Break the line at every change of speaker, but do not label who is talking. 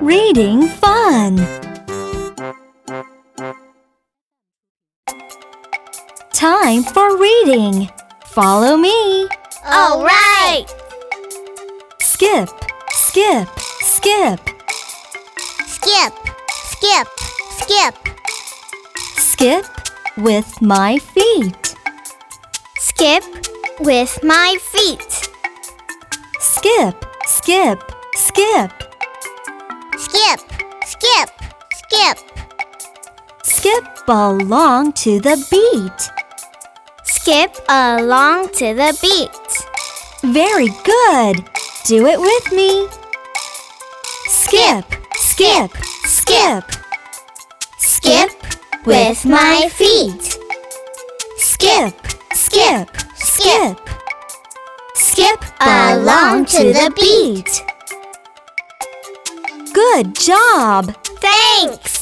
Reading fun. Time for reading. Follow me.
All right.
Skip, skip, skip,
Skip, skip, skip,
skip with my feet.
skip with my feet.
Skip, skip, skip,
Skip, skip, skip,
skip along to the beat.
skip along to the beat.
Very good. Do it with me. Skip, skip, skip,
Skip with my feet.
skip, skip, skip, skip
Along to the beat.
Good job.
Thanks.